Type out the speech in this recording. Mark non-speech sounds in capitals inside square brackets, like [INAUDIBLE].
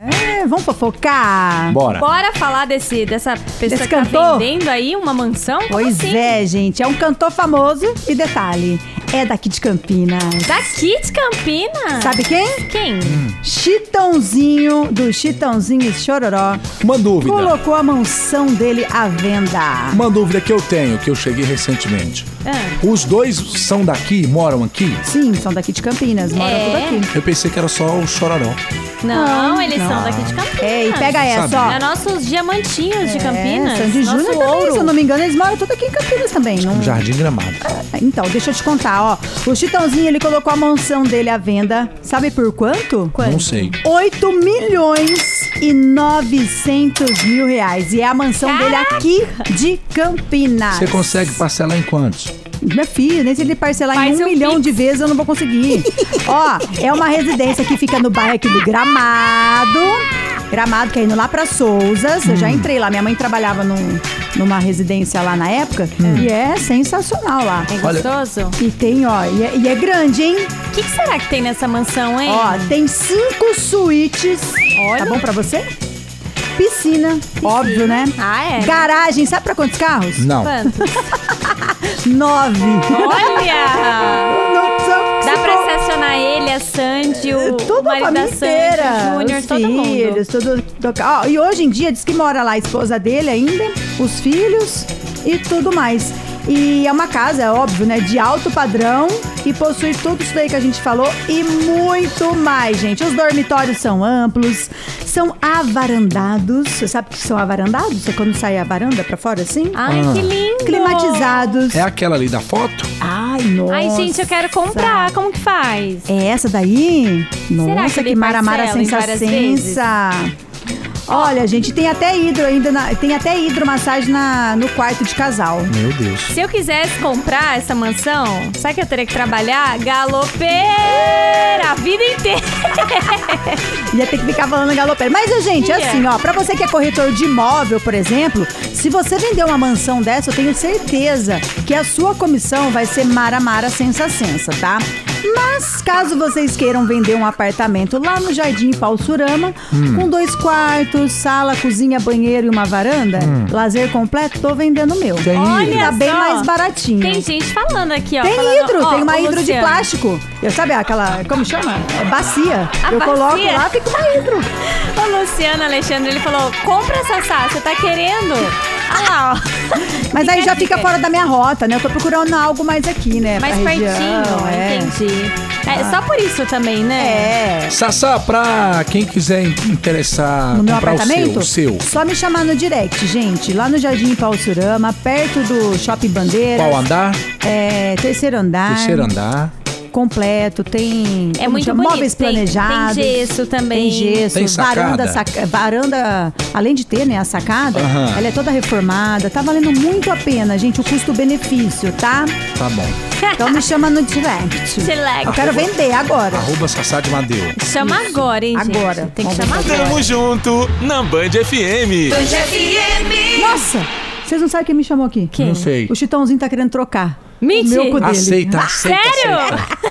É, Vamos fofocar? Bora. Bora falar desse, dessa pessoa Desse que tá cantor? vendendo aí uma mansão? Como Pois assim? é, gente. É um cantor famoso. E detalhe, é daqui de Campinas. Daqui de Campinas. Sabe Hum. quem? quem? Chitãozinho, do Chitãozinho e Chororó, Uma dúvida. colocou a mansão dele à venda. Uma dúvida que eu tenho, que eu cheguei recentemente. Ah. Os dois são daqui, moram aqui? Sim, são daqui de Campinas, moram É. tudo aqui. Eu pensei que era só o chororó. Não, Não, eles não. são daqui de Campinas. É, e pega essa, Sabia. É ó. nossos diamantinhos de Campinas. É, Sandy nosso Júnior também, ouro. se eu não me engano, eles moram tudo aqui em Campinas também. Não, um Jardim Gramado. Então, deixa eu te contar, ó. O Chitãozinho, ele colocou a mansão dele à venda. Sabe por quanto? Não sei. 8 milhões e 900 mil reais. E é a mansão Caraca! dele aqui de Campinas. Você consegue parcelar em quantos? Minha filha, nem se ele parcelar Faz em um um milhão pix. de vezes eu não vou [LAUGHS] conseguir. Ó, é uma residência que fica no bairro aqui do Gramado. Gramado, que é indo lá pra Souzas. Eu Hum. já entrei lá. Minha mãe trabalhava num- numa residência lá na época. Hum. E é sensacional lá. É Olha- gostoso? E tem, ó, e é, e é grande, hein? O que, que será que tem nessa mansão, hein? Ó, tem cinco suítes. Olha. Tá bom pra você? Piscina, óbvio, né? Ah, é? Garagem, sabe pra quantos carros? Não. É Quanto? Nove. Olha! Não precisa- Dá se pra for- estacionar ele, a Sandy, o, o Toda a marido família da Sandy, inteira. o Júnior, os todo mundo. filhos, tudo. do- ó, e hoje em dia diz que mora lá a esposa dele ainda, os filhos e tudo mais. E é uma casa, é óbvio, né? De alto padrão e possui tudo isso daí que a gente falou e muito mais, gente. Os dormitórios são amplos, são avarandados. Você sabe o que são avarandados? É quando sai a varanda pra fora assim? Ai, Ah. que lindo! Climatizados. É aquela ali da foto? Ai, nossa. Ai, gente, eu quero comprar. Como que faz? É essa daí? Nossa, que que, ele maramara parcela em várias vezes? sensacensa. Olha, gente, tem até hidro ainda, na- tem até hidromassagem na, no quarto de casal. Meu Deus. Se eu quisesse comprar essa mansão, sabe que eu teria que trabalhar? Galopeira! A vida inteira! Ia ter que ficar falando galopeiro. Mas, ó, gente, Ia. assim, ó, pra você que é corretor de imóvel, por exemplo, se você vender uma mansão dessa, eu tenho certeza que a sua comissão vai ser maramara sensacensa, tá? Mas, caso vocês queiram vender um apartamento lá no Jardim Paulsurama, com dois quartos, sala, cozinha, banheiro e uma varanda, lazer completo, tô vendendo o meu. Tem Olha Tá bem só. mais baratinho. Tem gente falando aqui, ó. Tem falando, hidro, ó, tem uma ô, hidro de Luciano, plástico. Eu sabe aquela, como chama? É bacia. A eu coloco bacia? lá, fica uma hidro. O Luciano Alexandre, ele falou, compra essa Sá, você tá querendo? Olha lá, ó. [LAUGHS] Mas aí já fica Fica- fora da minha rota, né? Eu tô procurando algo mais aqui, né? é? Mais Pra pertinho, região, é. Ah. entendi. É, só por isso também, né? É. Sassá, pra quem quiser in- interessar No meu comprar apartamento? o seu, o seu. Só me chamar no direct, gente. Lá no Jardim Paulsurama, perto do Shopping Bandeiras. Qual andar? É, terceiro andar. Terceiro andar. Completo, tem... É como muito chama? bonito, Móveis tem- planejados. tem gesso Tem também. gesso. Tem sacada. Varanda, saca- varanda, além de ter, né, a sacada, Aham. ela é toda reformada. Tá valendo muito a pena, gente, o custo-benefício, tá? Tá bom. Então me chama no direct. Select. Eu quero vender agora. Arroba Sassá de Madeu. Chama agora, hein, gente? É. Agora. Tem que Vamos chamar fazer. um é agora. Tamo junto na Band FM. Nossa! Vocês não sabem quem me chamou aqui? Quem? Não sei. O Chitãozinho tá querendo trocar. Mentira. O meu com o dele. Ah, Aceita, aceita. Sério? aceita.